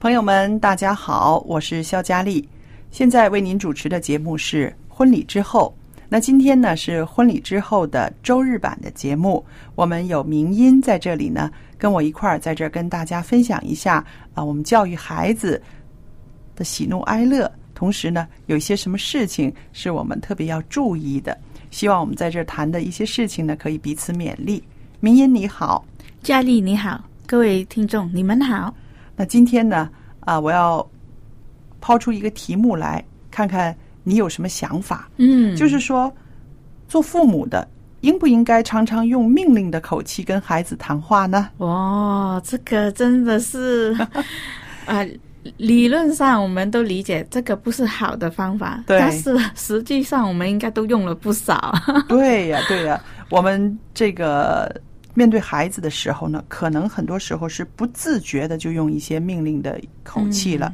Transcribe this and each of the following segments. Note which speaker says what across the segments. Speaker 1: 朋友们，大家好，我是肖佳丽。现在为您主持的节目是《婚礼之后》。那今天呢是《婚礼之后》的周日版的节目，我们有明音在这里呢，跟我一块儿在这儿跟大家分享一下啊、我们教育孩子的喜怒哀乐，同时呢，有一些什么事情是我们特别要注意的。希望我们在这儿谈的一些事情呢，可以彼此勉励。明音你好，
Speaker 2: 佳丽你好，各位听众你们好。
Speaker 1: 那今天呢，啊，我要抛出一个题目来，看看你有什么想法。
Speaker 2: 嗯
Speaker 1: 就是说，做父母的应不应该常常用命令的口气跟孩子谈话呢？
Speaker 2: 哇，这个真的 是啊、理论上我们都理解这个不是好的方法，
Speaker 1: 对
Speaker 2: 但是实际上我们应该都用了不少。
Speaker 1: 对呀，对呀，我们这个。面对孩子的时候呢，可能很多时候是不自觉的就用一些命令的口气了。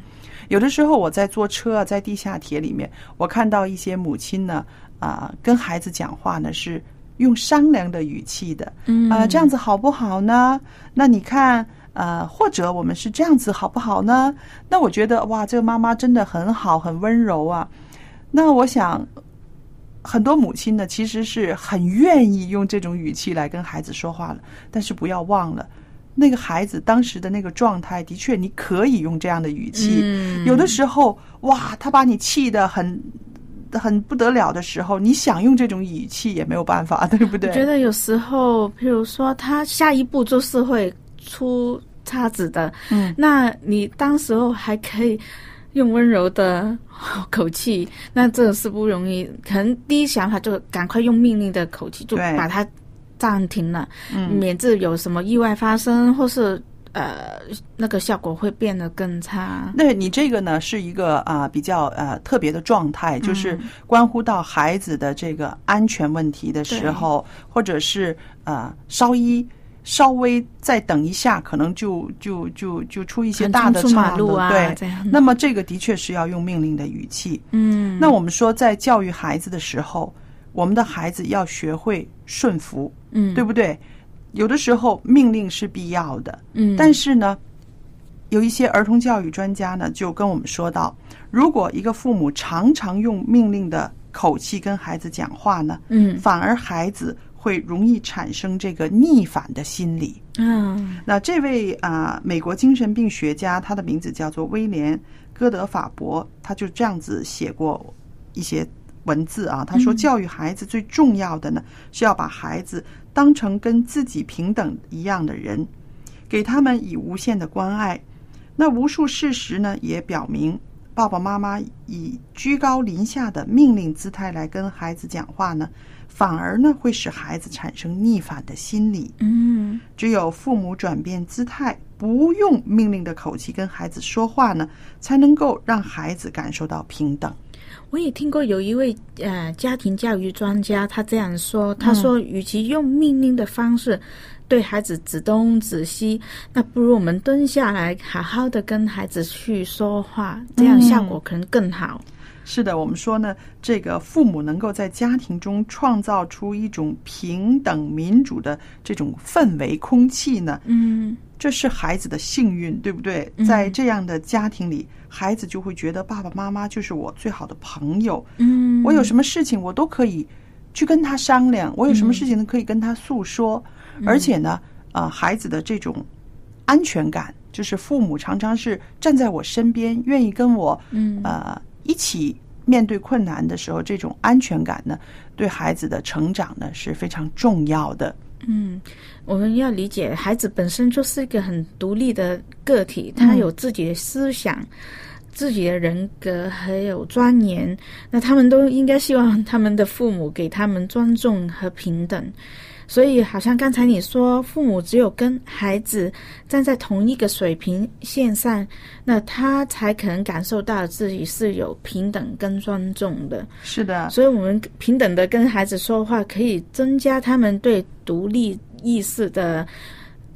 Speaker 1: 有的时候我在坐车啊，在地下铁里面，我看到一些母亲呢，啊、跟孩子讲话呢是用商量的语气的，
Speaker 2: 嗯
Speaker 1: 啊、这样子好不好呢？那你看，呃，或者我们是这样子好不好呢？那我觉得哇，这个妈妈真的很好，很温柔啊。那我想，很多母亲呢，其实是很愿意用这种语气来跟孩子说话了，但是不要忘了。那个孩子当时的那个状态，的确你可以用这样的语气，
Speaker 2: 嗯
Speaker 1: 有的时候哇，他把你气得很很不得了的时候，你想用这种语气也没有办法，对不对？
Speaker 2: 我觉得有时候，譬如说他下一步就是会出岔子的，
Speaker 1: 嗯，
Speaker 2: 那你当时候还可以用温柔的口气，那这是不容易。可能第一想法就赶快用命令的口气就
Speaker 1: 对
Speaker 2: 把它暂停了，
Speaker 1: 嗯
Speaker 2: 免致有什么意外发生，或是呃那个效果会变得更差。
Speaker 1: 那你这个呢，是一个啊、比较呃特别的状态，
Speaker 2: 嗯
Speaker 1: 就是关乎到孩子的这个安全问题的时候，或者是呃稍一稍微再等一下，可能就就就就出一些
Speaker 2: 很
Speaker 1: 大的
Speaker 2: 冲出马
Speaker 1: 岔
Speaker 2: 路
Speaker 1: 路
Speaker 2: 啊，这
Speaker 1: 对，
Speaker 2: 样。
Speaker 1: 那么这个的确是要用命令的语气。
Speaker 2: 嗯，
Speaker 1: 那我们说，在教育孩子的时候，我们的孩子要学会顺服，
Speaker 2: 嗯
Speaker 1: 对不对？有的时候命令是必要的，
Speaker 2: 嗯，
Speaker 1: 但是呢，有一些儿童教育专家呢就跟我们说到，如果一个父母常常用命令的口气跟孩子讲话呢，
Speaker 2: 嗯
Speaker 1: 反而孩子会容易产生这个逆反的心理。
Speaker 2: 嗯
Speaker 1: 那这位啊、美国精神病学家，他的名字叫做威廉·戈德法伯，他就这样子写过一些文字啊。他说，教育孩子最重要的呢，是要把孩子当成跟自己平等一样的人，给他们以无限的关爱。那无数事实呢，也表明。爸爸妈妈以居高临下的命令姿态来跟孩子讲话呢，反而呢会使孩子产生逆反的心理。
Speaker 2: 嗯
Speaker 1: 只有父母转变姿态，不用命令的口气跟孩子说话呢，才能够让孩子感受到平等。
Speaker 2: 我也听过有一位呃家庭教育专家，他这样说，他
Speaker 1: 嗯
Speaker 2: 说，与其用命令的方式对孩子指东指西，那不如我们蹲下来，好好的跟孩子去说话，
Speaker 1: 嗯
Speaker 2: 这样效果可能更好。
Speaker 1: 是的，我们说呢，这个父母能够在家庭中创造出一种平等民主的这种氛围空气呢，
Speaker 2: 嗯
Speaker 1: 这是孩子的幸运，对不对？在这样的家庭里，孩子就会觉得爸爸妈妈就是我最好的朋友，
Speaker 2: 嗯，
Speaker 1: 我有什么事情我都可以去跟他商量，我有什么事情呢可以跟他诉说，而且呢，啊，孩子的这种安全感，就是父母常常是站在我身边，愿意跟我
Speaker 2: 嗯
Speaker 1: 呃一起面对困难的时候，这种安全感呢，对孩子的成长呢是非常重要的。
Speaker 2: 嗯，我们要理解孩子本身就是一个很独立的个体，他有自己的思想、自己的人格，还有钻研。那他们都应该希望他们的父母给他们尊重和平等。所以，好像刚才你说，父母只有跟孩子站在同一个水平线上，那他才可能感受到自己是有平等跟尊重的。
Speaker 1: 是的，
Speaker 2: 所以，我们平等的跟孩子说话，可以增加他们对独立意识的，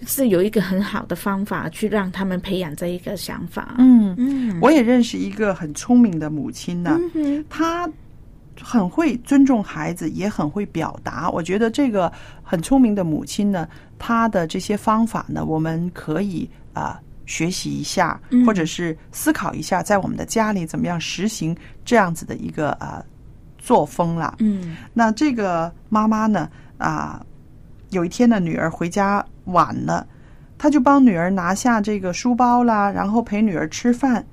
Speaker 2: 是有一个很好的方法去让他们培养这一个想法。
Speaker 1: 嗯，
Speaker 2: 嗯
Speaker 1: 我也认识一个很聪明的母亲呢，
Speaker 2: 嗯哼
Speaker 1: 她很会尊重孩子，也很会表达。我觉得这个很聪明的母亲呢，她的这些方法呢，我们可以啊、呃学习一下，
Speaker 2: 嗯
Speaker 1: 或者是思考一下，在我们的家里怎么样实行这样子的一个啊、呃作风啦。
Speaker 2: 嗯
Speaker 1: 那这个妈妈呢，啊，有一天呢，女儿回家晚了，她就帮女儿拿下这个书包啦，然后陪女儿吃饭，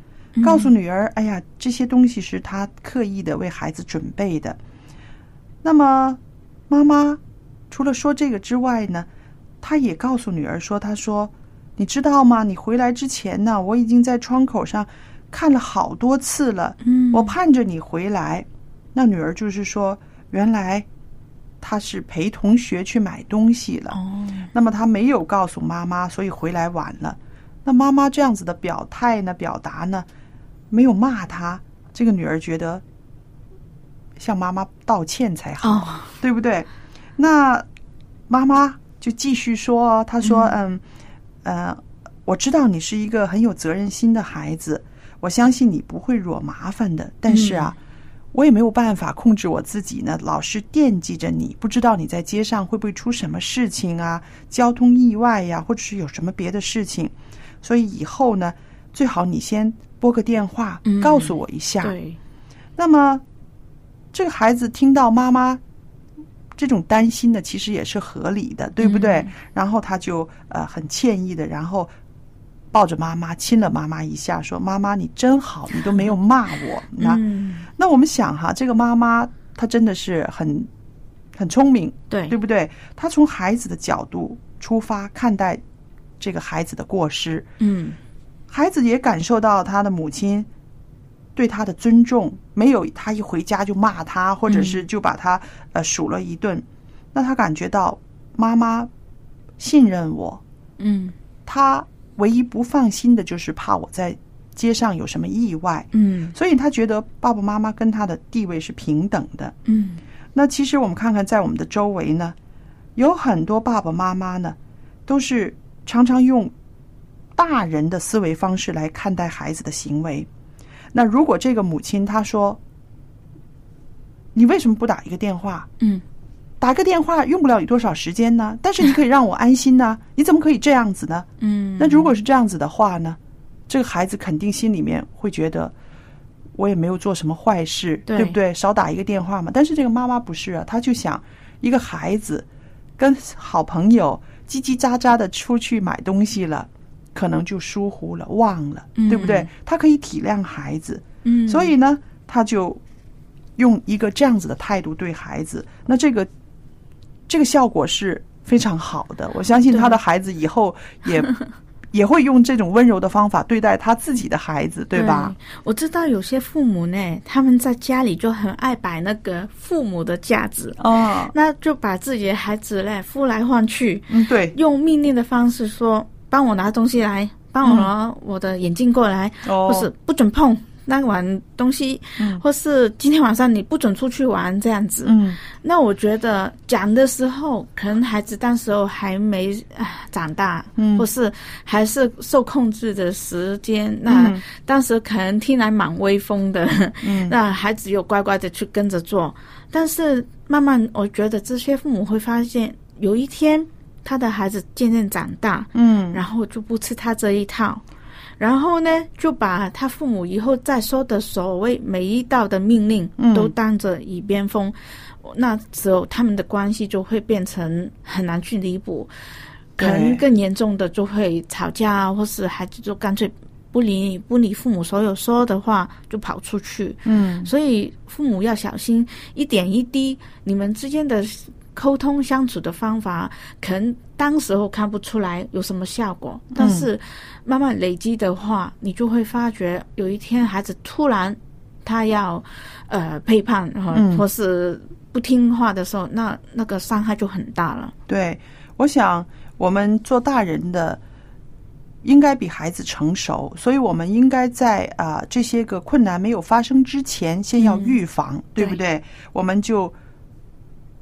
Speaker 1: 告诉女儿，哎呀，这些东西是她刻意的为孩子准备的。那么，妈妈除了说这个之外呢，她也告诉女儿说，她说，你知道吗？你回来之前呢，我已经在窗口上看了好多次了。
Speaker 2: 嗯，
Speaker 1: 我盼着你回来。那女儿就是说，原来她是陪同学去买东西了，
Speaker 2: 哦，
Speaker 1: 那么她没有告诉妈妈，所以回来晚了。那妈妈这样子的表态呢、表达呢，没有骂她，这个女儿觉得向妈妈道歉才好，
Speaker 2: 哦，
Speaker 1: 对不对？那妈妈就继续说，她说：“嗯，呃，我知道你是一个很有责任心的孩子，我相信你不会惹麻烦的。但是
Speaker 2: 嗯
Speaker 1: 啊，我也没有办法控制我自己呢，老是惦记着你，不知道你在街上会不会出什么事情啊，交通意外呀、或者是有什么别的事情。所以以后呢，最好你先拨个电话
Speaker 2: 嗯
Speaker 1: 告诉我一下。
Speaker 2: 对，
Speaker 1: 那么，这个孩子听到妈妈这种担心的，其实也是合理的，对不对？然后他就呃很歉意的，然后抱着妈妈亲了妈妈一下，说：“妈妈，你真好，你都没有骂我。那”
Speaker 2: 嗯，
Speaker 1: 那我们想哈，这个妈妈她真的是很很聪明，
Speaker 2: 对
Speaker 1: 对，不对？她从孩子的角度出发看待这个孩子的过失，
Speaker 2: 嗯
Speaker 1: 孩子也感受到他的母亲对他的尊重，没有他一回家就骂他，或者是就把他呃数了一顿，那他感觉到妈妈信任我，
Speaker 2: 嗯
Speaker 1: 他唯一不放心的就是怕我在街上有什么意外，
Speaker 2: 嗯
Speaker 1: 所以他觉得爸爸妈妈跟他的地位是平等的。
Speaker 2: 嗯，
Speaker 1: 那其实我们看看，在我们的周围呢，有很多爸爸妈妈呢，都是常常用大人的思维方式来看待孩子的行为。那如果这个母亲她说：“你为什么不打一个电话？
Speaker 2: 嗯
Speaker 1: 打个电话用不了你多少时间呢？但是你可以让我安心呢、你怎么可以这样子呢？”
Speaker 2: 嗯，
Speaker 1: 那如果是这样子的话呢，这个孩子肯定心里面会觉得，我也没有做什么坏事，
Speaker 2: 对
Speaker 1: 不对？少打一个电话嘛。但是这个妈妈不是啊，她就想一个孩子跟好朋友叽叽喳喳的出去买东西了，可能就疏忽了，忘了，
Speaker 2: 嗯
Speaker 1: 对不对？她可以体谅孩子，
Speaker 2: 嗯，
Speaker 1: 所以呢，她就用一个这样子的态度对孩子，那这个这个效果是非常好 的。我相信他的孩子以后也也会用这种温柔的方法对待他自己的孩子，对吧？
Speaker 2: 我知道有些父母呢，他们在家里就很爱摆那个父母的架子，
Speaker 1: 啊，
Speaker 2: 那就把自己的孩子嘞呼来唤去，
Speaker 1: 嗯，对，
Speaker 2: 用命令的方式说：“帮我拿东西来，帮我拿我的眼镜过来，
Speaker 1: 哦
Speaker 2: 或是不准碰，那碗东西，或是今天晚上你不准出去玩这样子。
Speaker 1: 嗯
Speaker 2: 那我觉得讲的时候，可能孩子当时候还没啊长大，
Speaker 1: 嗯
Speaker 2: 或是还是受控制的时间，那
Speaker 1: 嗯
Speaker 2: 当时可能听来蛮威风的，
Speaker 1: 嗯
Speaker 2: 那孩子有乖乖的去跟着做。但是慢慢，我觉得这些父母会发现，有一天他的孩子渐渐长大，
Speaker 1: 嗯
Speaker 2: 然后就不吃他这一套。然后呢，就把他父母以后再说的所谓每一道的命令
Speaker 1: 嗯
Speaker 2: 都当着耳边风，那时候他们的关系就会变成很难去弥补，可能
Speaker 1: 对
Speaker 2: 更严重的就会吵架，啊或是孩子就干脆不理你，不理父母所有说的话，就跑出去。
Speaker 1: 嗯
Speaker 2: 所以父母要小心一点一滴，你们之间的沟通相处的方法，可能当时候看不出来有什么效果，但是慢慢累积的话，你就会发觉有一天孩子突然他要呃背叛，然后
Speaker 1: 嗯
Speaker 2: 或是不听话的时候，那那个伤害就很大了。
Speaker 1: 对，我想我们做大人的应该比孩子成熟，所以我们应该在啊、这些个困难没有发生之前，先要预防，对不嗯对？我们就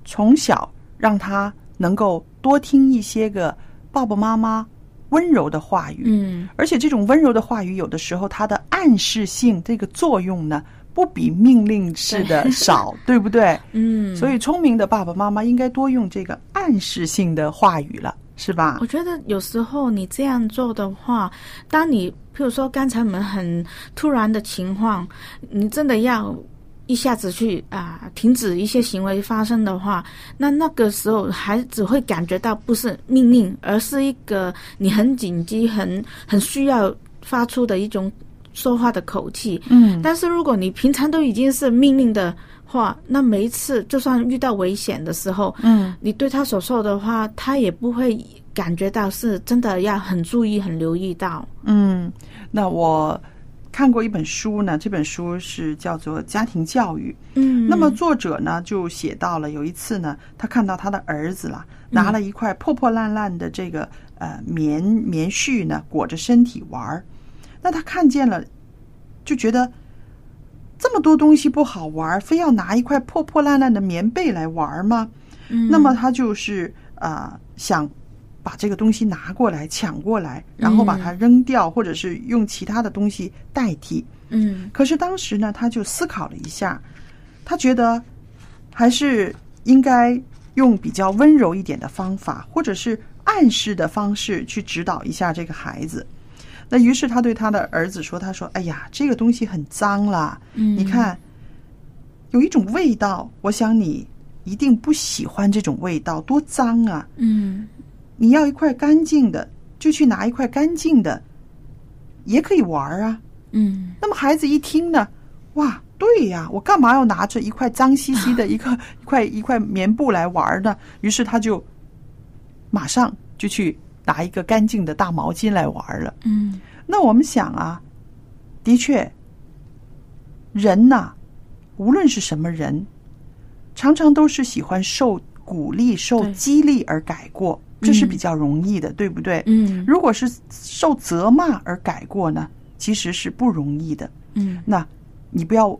Speaker 1: 从小让他能够多听一些个爸爸妈妈温柔的话语，
Speaker 2: 嗯
Speaker 1: 而且这种温柔的话语，有的时候它的暗示性这个作用呢，不比命令式的少，对不对？
Speaker 2: 嗯，
Speaker 1: 所
Speaker 2: 以
Speaker 1: 以聪明的爸爸妈妈应该多用这个暗示性的话语了，是吧
Speaker 2: 我？觉得有时候你这样做的话，当你譬如说刚才我们很突然的情况，你真的要一下子去啊、停止一些行为发生的话，那那个时候孩子会感觉到不是命令，而是一个你很紧急、很很需要发出的一种说话的口气。
Speaker 1: 嗯，
Speaker 2: 但是如果你平常都已经是命令的话，那每一次就算遇到危险的时候，
Speaker 1: 嗯，
Speaker 2: 你对他所说的话，他也不会感觉到是真的要很注意、很留意到。
Speaker 1: 嗯，那我看过一本书呢，这本书是叫做《家庭教育》。
Speaker 2: 嗯
Speaker 1: 那么作者呢就写到了有一次呢，他看到他的儿子了，
Speaker 2: 嗯
Speaker 1: 拿了一块破破烂烂的这个呃棉棉絮呢，裹着身体玩儿。那他看见了，就觉得这么多东西不好玩儿，非要拿一块破破烂烂的棉被来玩儿吗？
Speaker 2: 嗯
Speaker 1: 那么他就是啊、呃想把这个东西拿过来抢过来，然后把它扔掉，或者是用其他的东西代替。
Speaker 2: 嗯
Speaker 1: 可是当时呢，他就思考了一下，他觉得还是应该用比较温柔一点的方法，或者是暗示的方式去指导一下这个孩子。那于是他对他的儿子说：“他说，哎呀，这个东西很脏啦，
Speaker 2: 嗯
Speaker 1: 你看有一种味道，我想你一定不喜欢这种味道，多脏啊！
Speaker 2: 嗯
Speaker 1: 你要一块干净的，就去拿一块干净的，也可以玩儿啊。”
Speaker 2: 嗯
Speaker 1: 那么孩子一听呢，哇，对呀，我干嘛要拿着一块脏兮兮的一个 一块一块棉布来玩呢？于是他就马上就去拿一个干净的大毛巾来玩了。
Speaker 2: 嗯
Speaker 1: 那我们想啊，的确，人呐、无论是什么人，常常都是喜欢受鼓励、受
Speaker 2: 对
Speaker 1: 激励而改过，这是
Speaker 2: 嗯
Speaker 1: 比较容易的，对不对？
Speaker 2: 嗯
Speaker 1: 如果是受责骂而改过呢，其实是不容易的。
Speaker 2: 嗯
Speaker 1: 那你不要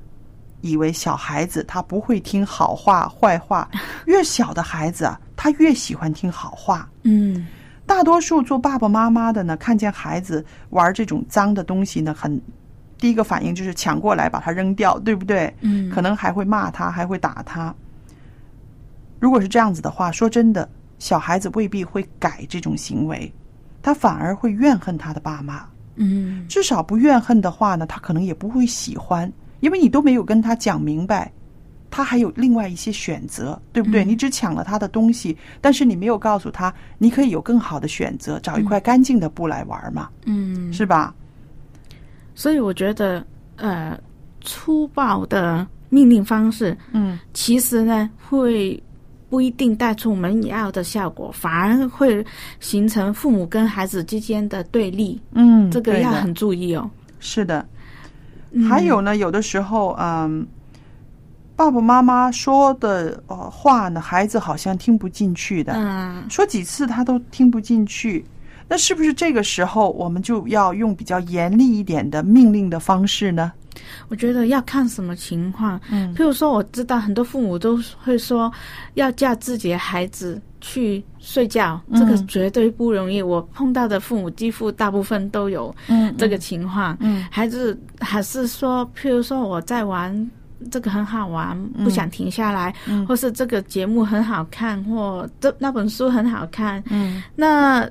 Speaker 1: 以为小孩子他不会听好话、坏话，越小的孩子啊，他越喜欢听好话。
Speaker 2: 嗯
Speaker 1: 大多数做爸爸妈妈的呢，看见孩子玩这种脏的东西呢，很第一个反应就是抢过来把它扔掉，对不对？
Speaker 2: 嗯，
Speaker 1: 可能还会骂他，还会打他。如果是这样子的话，说真的，小孩子未必会改这种行为，他反而会怨恨他的爸妈。
Speaker 2: 嗯
Speaker 1: 至少不怨恨的话呢，他可能也不会喜欢，因为你都没有跟他讲明白，他还有另外一些选择，对不对？
Speaker 2: 嗯
Speaker 1: 你只抢了他的东西，但是你没有告诉他，你可以有更好的选择，找一块干净的布来玩嘛，
Speaker 2: 嗯，
Speaker 1: 是吧？
Speaker 2: 所以我觉得呃，粗暴的命令方式
Speaker 1: 嗯
Speaker 2: 其实呢会不一定带出我们要的效果，反而会形成父母跟孩子之间的对立，
Speaker 1: 嗯，
Speaker 2: 这个
Speaker 1: 对
Speaker 2: 要
Speaker 1: 的
Speaker 2: 很注意哦。
Speaker 1: 是的。
Speaker 2: 嗯
Speaker 1: 还有呢，有的时候，嗯，爸爸妈妈说的呃话呢，孩子好像听不进去的，
Speaker 2: 嗯
Speaker 1: 说几次他都听不进去。那是不是这个时候我们就要用比较严厉一点的命令的方式呢？
Speaker 2: 我觉得要看什么情况。
Speaker 1: 嗯
Speaker 2: 譬如说，我知道很多父母都会说要叫自己的孩子去睡觉，
Speaker 1: 嗯
Speaker 2: 这个绝对不容易。我碰到的父母几乎大部分都有
Speaker 1: 嗯
Speaker 2: 这个情况。
Speaker 1: 嗯
Speaker 2: 孩子还是说，譬如说我在玩。这个很好玩，不想停下来，
Speaker 1: 嗯
Speaker 2: 或是这个节目很好看，或这那本书很好看，
Speaker 1: 嗯
Speaker 2: 那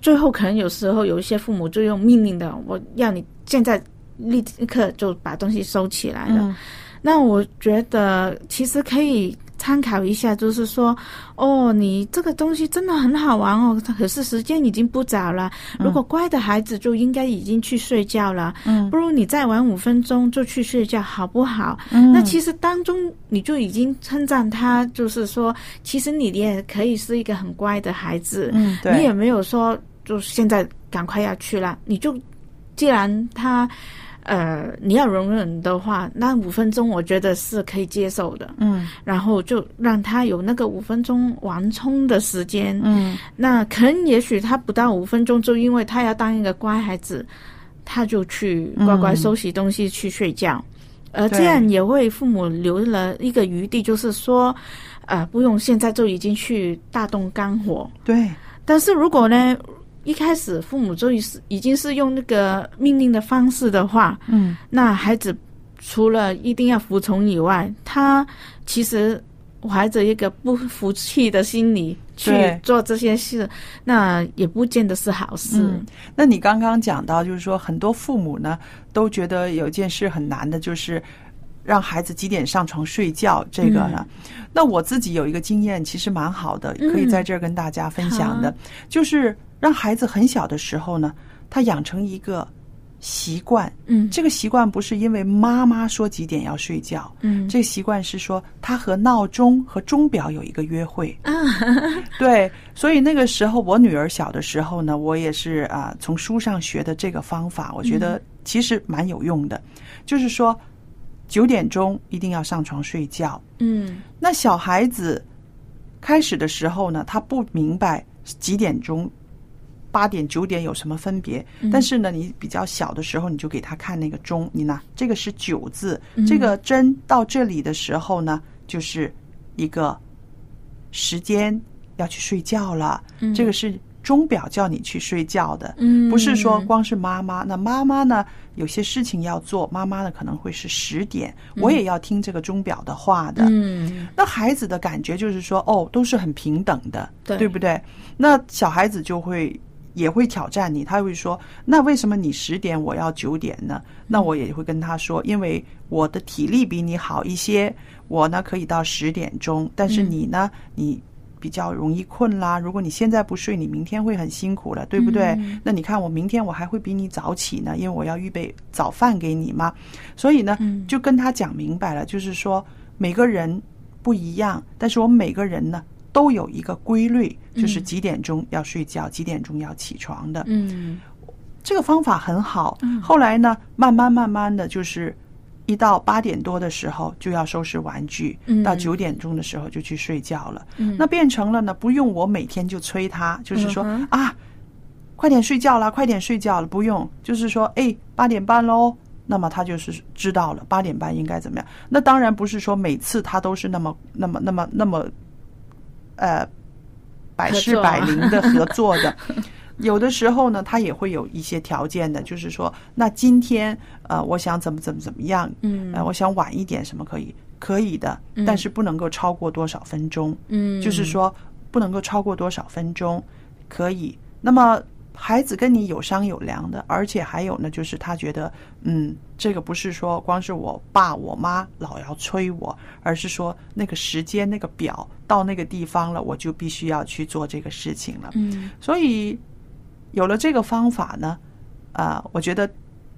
Speaker 2: 最后可能有时候有一些父母就用命令的，我要你现在立刻就把东西收起来了。
Speaker 1: 嗯
Speaker 2: 那我觉得其实可以参考一下，就是说，哦，你这个东西真的很好玩哦，可是时间已经不早了。如果乖的孩子就应该已经去睡觉了，
Speaker 1: 嗯
Speaker 2: 不如你再玩五分钟就去睡觉，好不好？
Speaker 1: 嗯
Speaker 2: 那其实当中你就已经称赞他，就是说，其实你也可以是一个很乖的孩子，
Speaker 1: 嗯
Speaker 2: 你也
Speaker 1: 对
Speaker 2: 没有说就是现在赶快要去了，你就既然他呃你要容忍的话，那五分钟我觉得是可以接受的，
Speaker 1: 嗯
Speaker 2: 然后就让他有那个五分钟缓冲的时间。
Speaker 1: 嗯
Speaker 2: 那可能也许他不到五分钟，就因为他要当一个乖孩子，他就去乖乖
Speaker 1: 嗯
Speaker 2: 收拾东西去睡觉。而
Speaker 1: 对
Speaker 2: 这样也为父母留了一个余地，就是说，呃，不用现在就已经去大动肝火。
Speaker 1: 对
Speaker 2: 但是如果呢，一开始父母就已是已经是用那个命令的方式的话，
Speaker 1: 嗯
Speaker 2: 那孩子除了一定要服从以外，他其实怀着一个不服气的心理去
Speaker 1: 对
Speaker 2: 做这些事，那也不见得是好事。
Speaker 1: 嗯那你刚刚讲到，就是说很多父母呢都觉得有一件事很难的，就是让孩子几点上床睡觉这个呢。那我自己有一个经验，其实蛮好的，
Speaker 2: 嗯
Speaker 1: 可以在这儿跟大家分享的，
Speaker 2: 好
Speaker 1: 就是让孩子很小的时候呢，他养成一个习惯。
Speaker 2: 嗯
Speaker 1: 这个习惯不是因为妈妈说几点要睡觉，
Speaker 2: 嗯
Speaker 1: 这个习惯是说他和闹钟和钟表有一个约会。
Speaker 2: 啊，
Speaker 1: 对，所以那个时候我女儿小的时候呢，我也是啊、从书上学的这个方法，我觉
Speaker 2: 嗯
Speaker 1: 得其实蛮有用的。就是说，九点钟一定要上床睡觉。
Speaker 2: 嗯
Speaker 1: 那小孩子开始的时候呢，他不明白几点钟。八点九点有什么分别？
Speaker 2: 嗯
Speaker 1: 但是呢，你比较小的时候，你就给他看那个钟，你拿这个是九字，
Speaker 2: 嗯
Speaker 1: 这个针到这里的时候呢，就是一个时间要去睡觉了。
Speaker 2: 嗯
Speaker 1: 这个是钟表叫你去睡觉的，
Speaker 2: 嗯
Speaker 1: 不是说光是妈妈。那妈妈呢，有些事情要做，妈妈呢可能会是十点，我也要听这个钟表的话的。
Speaker 2: 嗯
Speaker 1: 那孩子的感觉就是说，哦，都是很平等的，
Speaker 2: 对
Speaker 1: 不对？那小孩子就会也会挑战你，他会说，那为什么你十点我要九点呢？那我也会跟他说，因为我的体力比你好一些，我呢可以到十点钟，但
Speaker 2: 嗯
Speaker 1: 是你呢，你。比较容易困啦，如果你现在不睡，你明天会很辛苦了，对不对？
Speaker 2: 嗯
Speaker 1: 那你看我明天我还会比你早起呢，因为我要预备早饭给你嘛。所以呢，
Speaker 2: 嗯
Speaker 1: 就跟他讲明白了，就是说每个人不一样，但是我们每个人呢都有一个规律，就是几点钟要睡觉，几点钟要起床的。
Speaker 2: 嗯
Speaker 1: 这个方法很好。后来呢，慢慢慢慢的就是。一到八点多的时候就要收拾玩具，
Speaker 2: 嗯
Speaker 1: 到九点钟的时候就去睡觉了。
Speaker 2: 嗯
Speaker 1: 那变成了呢，不用我每天就催他，就是说、
Speaker 2: 嗯
Speaker 1: 啊，快点睡觉啦，快点睡觉了，不用，就是说，哎，八点半喽。那么他就是知道了八点半应该怎么样。那当然不是说每次他都是那么、那么、那么、那么，呃，百试
Speaker 2: 合作啊
Speaker 1: 百灵的合作的。 有的时候呢，他也会有一些条件的，就是说，那今天呃，我想怎么怎么怎么样，
Speaker 2: 嗯
Speaker 1: 呃，我想晚一点什么可以，可以的，但是不能够超过多少分钟。
Speaker 2: 嗯，
Speaker 1: 就是说不能够超过多少分钟，可以。那么孩子跟你有商有量的，而且还有呢，就是他觉得，嗯，这个不是说光是我爸我妈老要催我，而是说那个时间那个表到那个地方了，我就必须要去做这个事情了。
Speaker 2: 嗯
Speaker 1: 所以有了这个方法呢，啊、我觉得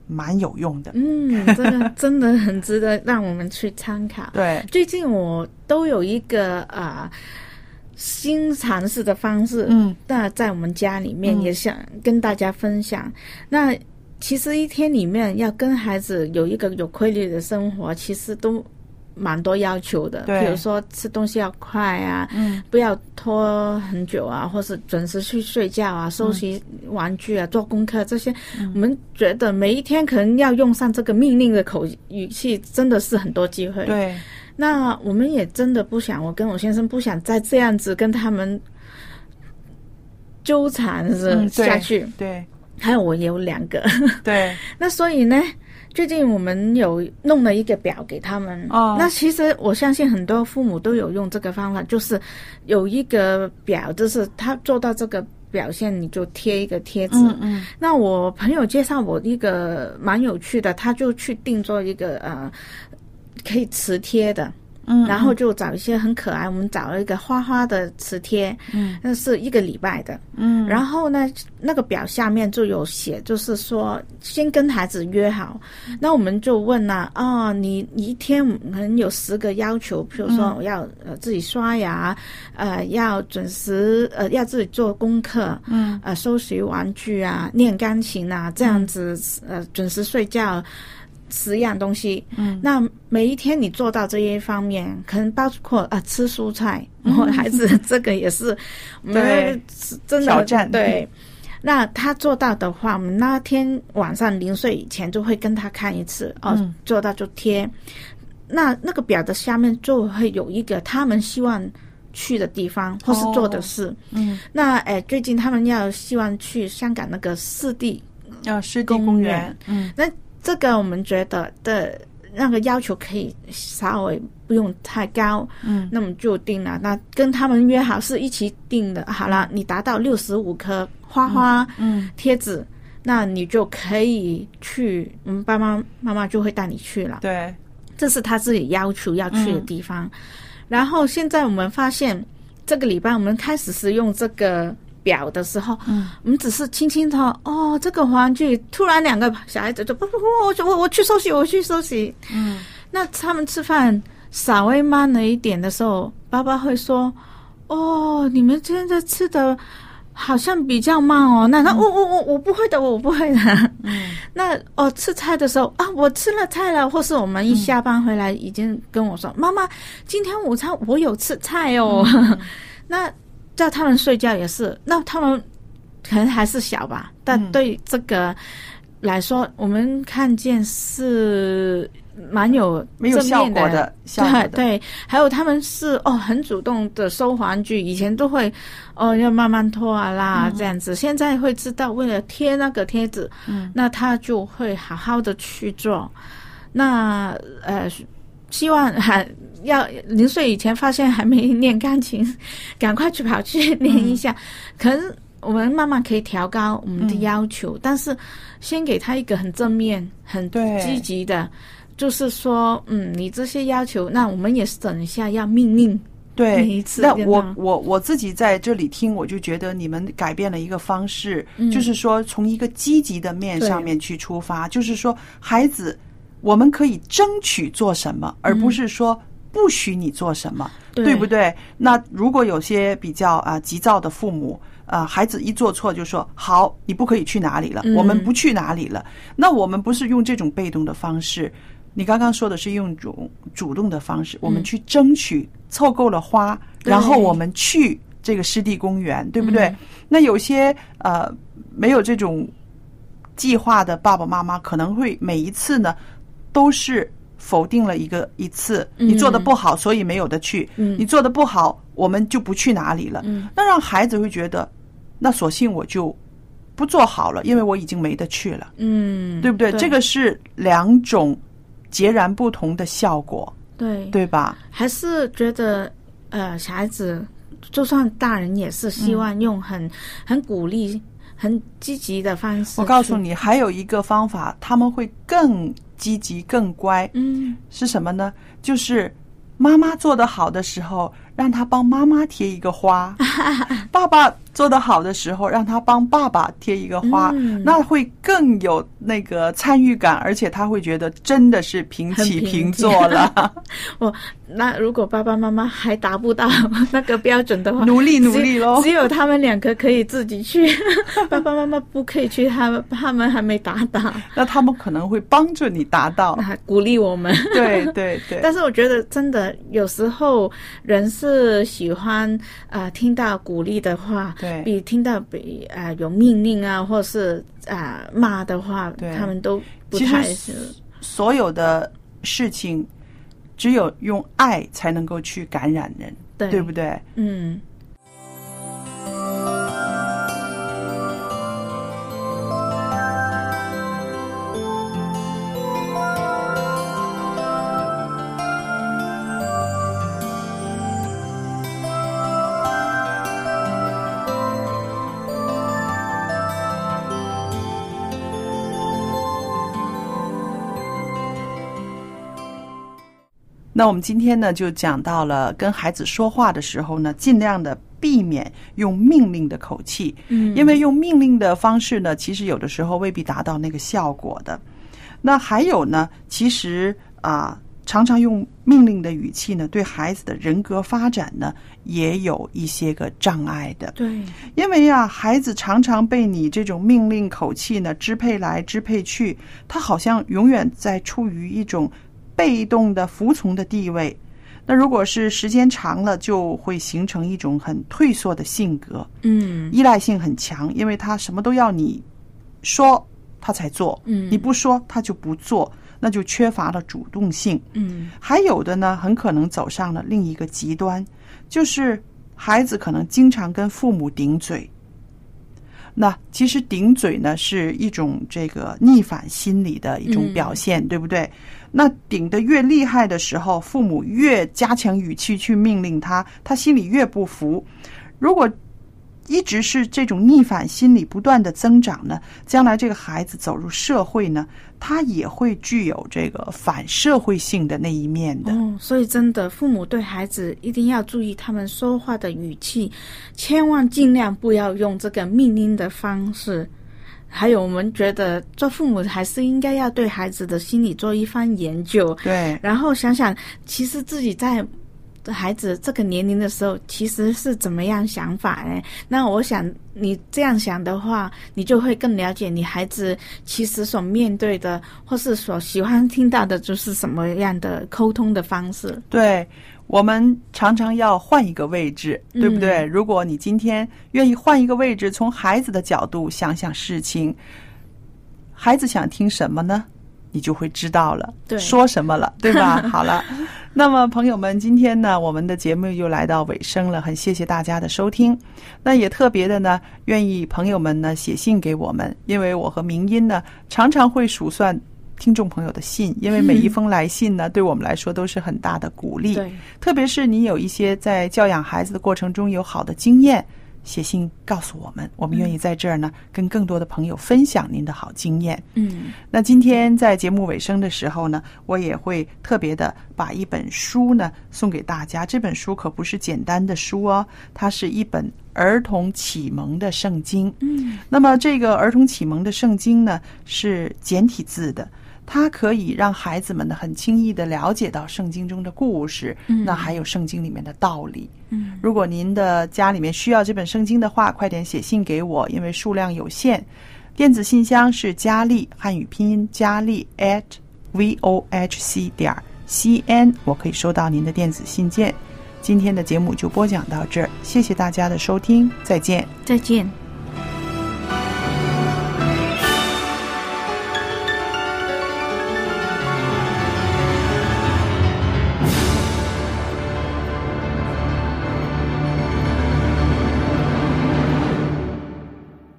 Speaker 1: 蛮有用的。
Speaker 2: 嗯，这个真的很值得让我们去参 考。
Speaker 1: 对，
Speaker 2: 最近我都有一个啊、新尝试的方式，
Speaker 1: 嗯
Speaker 2: 那在我们家里面
Speaker 1: 嗯
Speaker 2: 也想跟大家分享。那其实一天里面要跟孩子有一个有规律的生活，其实都蛮多要求的，
Speaker 1: 对
Speaker 2: 比如说吃东西要快啊，
Speaker 1: 嗯，
Speaker 2: 不要拖很久啊，或是准时去睡觉啊，收集玩具啊，做功课这些，
Speaker 1: 嗯
Speaker 2: 我们觉得每一天可能要用上这个命令的口语气，真的是很多机会。
Speaker 1: 对，
Speaker 2: 那我们也真的不想，我跟我先生不想再这样子跟他们纠缠着
Speaker 1: 嗯对
Speaker 2: 下去。
Speaker 1: 对，
Speaker 2: 还有我有两个，
Speaker 1: 对，
Speaker 2: 那所以呢，最近我们有弄了一个表给他们。
Speaker 1: 哦
Speaker 2: 那其实我相信很多父母都有用这个方法，就是有一个表，就是他做到这个表现，你就贴一个贴纸。
Speaker 1: 嗯嗯，
Speaker 2: 那我朋友介绍我一个蛮有趣的，他就去定做一个呃可以磁贴的，
Speaker 1: 嗯，
Speaker 2: 然后就找一些很可爱，我们找了一个花花的磁贴，
Speaker 1: 嗯，
Speaker 2: 那是一个礼拜的，
Speaker 1: 嗯，
Speaker 2: 然后呢，那个表下面就有写，就是说先跟孩子约好，
Speaker 1: 嗯
Speaker 2: 那我们就问了，哦，你你一天我们有十个要求，比如
Speaker 1: 嗯
Speaker 2: 说我要、呃自己刷牙，呃要准时，呃要自己做功课，
Speaker 1: 嗯，
Speaker 2: 呃收拾玩具啊，练钢琴啊，这样子，呃准时睡觉。十样东西，嗯，那每一天你做到这一方面，可能包括啊、吃蔬 菜，然后孩子这个也是，我们
Speaker 1: 对
Speaker 2: 是真的
Speaker 1: 挑战
Speaker 2: 对。嗯那他做到的话，我们那天晚上临睡以前就会跟他看一次哦，
Speaker 1: 嗯
Speaker 2: 做到就贴。那那个表的下面就会有一个他们希望去的地方或是做的事。
Speaker 1: 嗯，
Speaker 2: 那哎，最近他们要希望去香港那个湿地，
Speaker 1: 要呃湿地
Speaker 2: 公
Speaker 1: 公
Speaker 2: 园
Speaker 1: 园，嗯
Speaker 2: 那这个我们觉得的那个要求可以稍微不用太高，
Speaker 1: 嗯，
Speaker 2: 那么就定了。那跟他们约好是一起定的，好了，你达到六十五颗花花
Speaker 1: 嗯
Speaker 2: 贴纸，那你就可以去，我们爸妈妈妈就会带你去了。
Speaker 1: 对，
Speaker 2: 这是他自己要求要去的地方。然后现在我们发现，这个礼拜我们开始使用这个表的时候，
Speaker 1: 嗯，
Speaker 2: 我们只是轻轻的哦，这个玩具突然两个小孩子就不不不，我我我去休息，我去休息。
Speaker 1: 嗯，
Speaker 2: 那他们吃饭稍微慢了一点的时候，爸爸会说：“哦，你们现在吃的。”好像比较慢哦，那那我我我我不会的，我不会的。 那哦，吃菜的时候啊，我吃了菜了，或是我们一下班回来已经跟我说，妈妈，今天午餐我有吃菜哦。 那叫他们睡觉也是，那他们可能还是小吧，但
Speaker 1: 嗯
Speaker 2: 对这个来说，我们看见是蛮有
Speaker 1: 没有
Speaker 2: 正
Speaker 1: 效
Speaker 2: 面
Speaker 1: 果的，效果的，
Speaker 2: 对对，还有他们是哦，很主动的收玩具，以前都会哦要慢慢拖啊啦、这样子，现在会知道为了贴那个贴纸，
Speaker 1: 嗯，
Speaker 2: 那他就会好好的去做。那呃，希望还要零岁以前发现还没练钢琴， 赶快去跑去练一下。
Speaker 1: 嗯
Speaker 2: 可能我们慢慢可以调高我们的要求，但是先给他一个很正面、很
Speaker 1: 对
Speaker 2: 积极的，就是说，嗯，你这些要求，那我们也省一下要命令。
Speaker 1: 对，
Speaker 2: 每一次
Speaker 1: 那
Speaker 2: 见
Speaker 1: 我
Speaker 2: 到
Speaker 1: 我我自己在这里听，我就觉得你们改变了一个方式，就是说从一个积极的面
Speaker 2: 对
Speaker 1: 上面去出发，就是说孩子，我们可以争取做什么，而不是说不许你做什么，
Speaker 2: 对
Speaker 1: 对不对？那如果有些比较啊、急躁的父母。啊、孩子一做错就说好，你不可以去哪里了，我们
Speaker 2: 嗯
Speaker 1: 不去哪里了。那我们不是用这种被动的方式，你刚刚说的是用主主动的方式，我们去争取凑够了花，
Speaker 2: 嗯对嗯
Speaker 1: 然后我们去这个湿地公园，对不对？那有些呃没有这种计划的爸爸妈妈，可能会每一次呢都是否定了一个一次，
Speaker 2: 嗯
Speaker 1: 你做的不好，所以没有的去；
Speaker 2: 嗯
Speaker 1: 你做的不好，我们就不去哪里了。
Speaker 2: 嗯
Speaker 1: 那让孩子会觉得，那索性我就不做好了，因为我已经没得去了。
Speaker 2: 嗯，
Speaker 1: 对不对？这个是两种截然不同的效果，
Speaker 2: 对
Speaker 1: 对吧？
Speaker 2: 还是觉得呃，小孩子就算大人也是希
Speaker 1: 嗯
Speaker 2: 望用很、很鼓励、很积极的方式。
Speaker 1: 我告诉，你，还有一个方法，他们会更积极、更乖，
Speaker 2: 嗯，
Speaker 1: 是什么 呢？就是妈妈做得好的时候，让他帮妈妈贴一个花，爸爸做得好的时候，让他帮爸爸贴一个花，
Speaker 2: 嗯
Speaker 1: 那会更有那个参与感，而且他会觉得真的是平起
Speaker 2: 很平
Speaker 1: 平坐了，
Speaker 2: 哦那如果爸爸妈妈还达不到那个标准的话，
Speaker 1: 努力努力 喽
Speaker 2: 只。有他们两个可以自 己去，爸爸妈妈不可以去，他们他们还没达到，
Speaker 1: 那他们可能会帮助你达到
Speaker 2: 那。还鼓励我们。
Speaker 1: 对对对，
Speaker 2: 但是我觉得真的有时候人是喜欢啊、呃听到鼓励的话，
Speaker 1: 对
Speaker 2: 比听到比啊、呃有命令啊或是啊、呃骂的话
Speaker 1: 对，
Speaker 2: 他们都不
Speaker 1: 其实
Speaker 2: 太是
Speaker 1: 所有的事情，只有用爱才能够去感染人，
Speaker 2: 对
Speaker 1: 对不对？
Speaker 2: 嗯。
Speaker 1: 那我们今天呢，就讲到了跟孩子说话的时候呢，尽量的避免用命令的口气，
Speaker 2: 嗯，
Speaker 1: 因为用命令的方式呢，其实有的时候未必达到那个效果的。那还有呢，其实啊、常常用命令的语气呢，对孩子的人格发展呢，也有一些个障碍的。
Speaker 2: 对，
Speaker 1: 因为呀、孩子常常被你这种命令口气呢支配来支配去，他好像永远在处于一种被动的服从的地位。那如果是时间长了，就会形成一种很退缩的性格，
Speaker 2: 嗯
Speaker 1: 依赖性很强，因为他什么都要你说他才做，
Speaker 2: 嗯
Speaker 1: 你不说他就不做，那就缺乏了主动性。
Speaker 2: 嗯
Speaker 1: 还有的呢，很可能走上了另一个极端，就是孩子可能经常跟父母顶嘴。那其实顶嘴呢是一种这个逆反心理的一种
Speaker 2: 嗯
Speaker 1: 表现，对不对？那顶得越厉害的时候，父母越加强语气去命令他，他心里越不服。如果一直是这种逆反心理不断的增长呢，将来这个孩子走入社会呢，他也会具有这个反社会性的那一面的。
Speaker 2: 哦，所以真的，父母对孩子一定要注意他们说话的语气，千万尽量不要用这个命令的方式。还有，我们觉得做父母还是应该要对孩子的心理做一番研究，
Speaker 1: 对
Speaker 2: 然后想想，其实自己在孩子这个年龄的时候，其实是怎么样想法呢？那我想你这样想的话，你就会更了解你孩子其实所面对的，或是所喜欢听到的，就是什么样的沟通的方式。
Speaker 1: 对，我们常常要换一个位置，
Speaker 2: 嗯
Speaker 1: 对不对？如果你今天愿意换一个位置，从孩子的角度想想事情，孩子想听什么呢？你就会知道了，
Speaker 2: 对
Speaker 1: 说什 么了，对吧？好了，那么朋友们，今天呢，我们的节目又来到尾声了，很谢谢大家的收听。那也特别的呢，愿意朋友们呢写信给我们，因为我和明音呢常常会数算听众朋友的信，因为每一封来信呢，对我们来说都是很大的鼓励。
Speaker 2: 对，
Speaker 1: 特别是你有一些在教养孩子的过程中有好的经验，写信告诉我们，我们愿意在这儿呢跟更多的朋友分享您的好经验。
Speaker 2: 嗯，
Speaker 1: 那今天在节目尾声的时候呢，我也会特别的把一本书呢送给大家。这本书可不是简单的书哦，它是一本儿童启蒙的圣经。
Speaker 2: 嗯，
Speaker 1: 那么这个儿童启蒙的圣经呢是简体字的。它可以让孩子们呢很轻易的了解到圣经中的故事，
Speaker 2: 嗯
Speaker 1: 那还有圣经里面的道理。
Speaker 2: 嗯，
Speaker 1: 如果您的家里面需要这本圣经的话，快点写信给我，因为数量有限。电子信箱是佳丽，汉语拼音佳丽 at v o h c 点 c n，我可以收到您的电子信件。今天的节目就播讲到这儿，谢谢大家的收听，再见。
Speaker 2: 再见。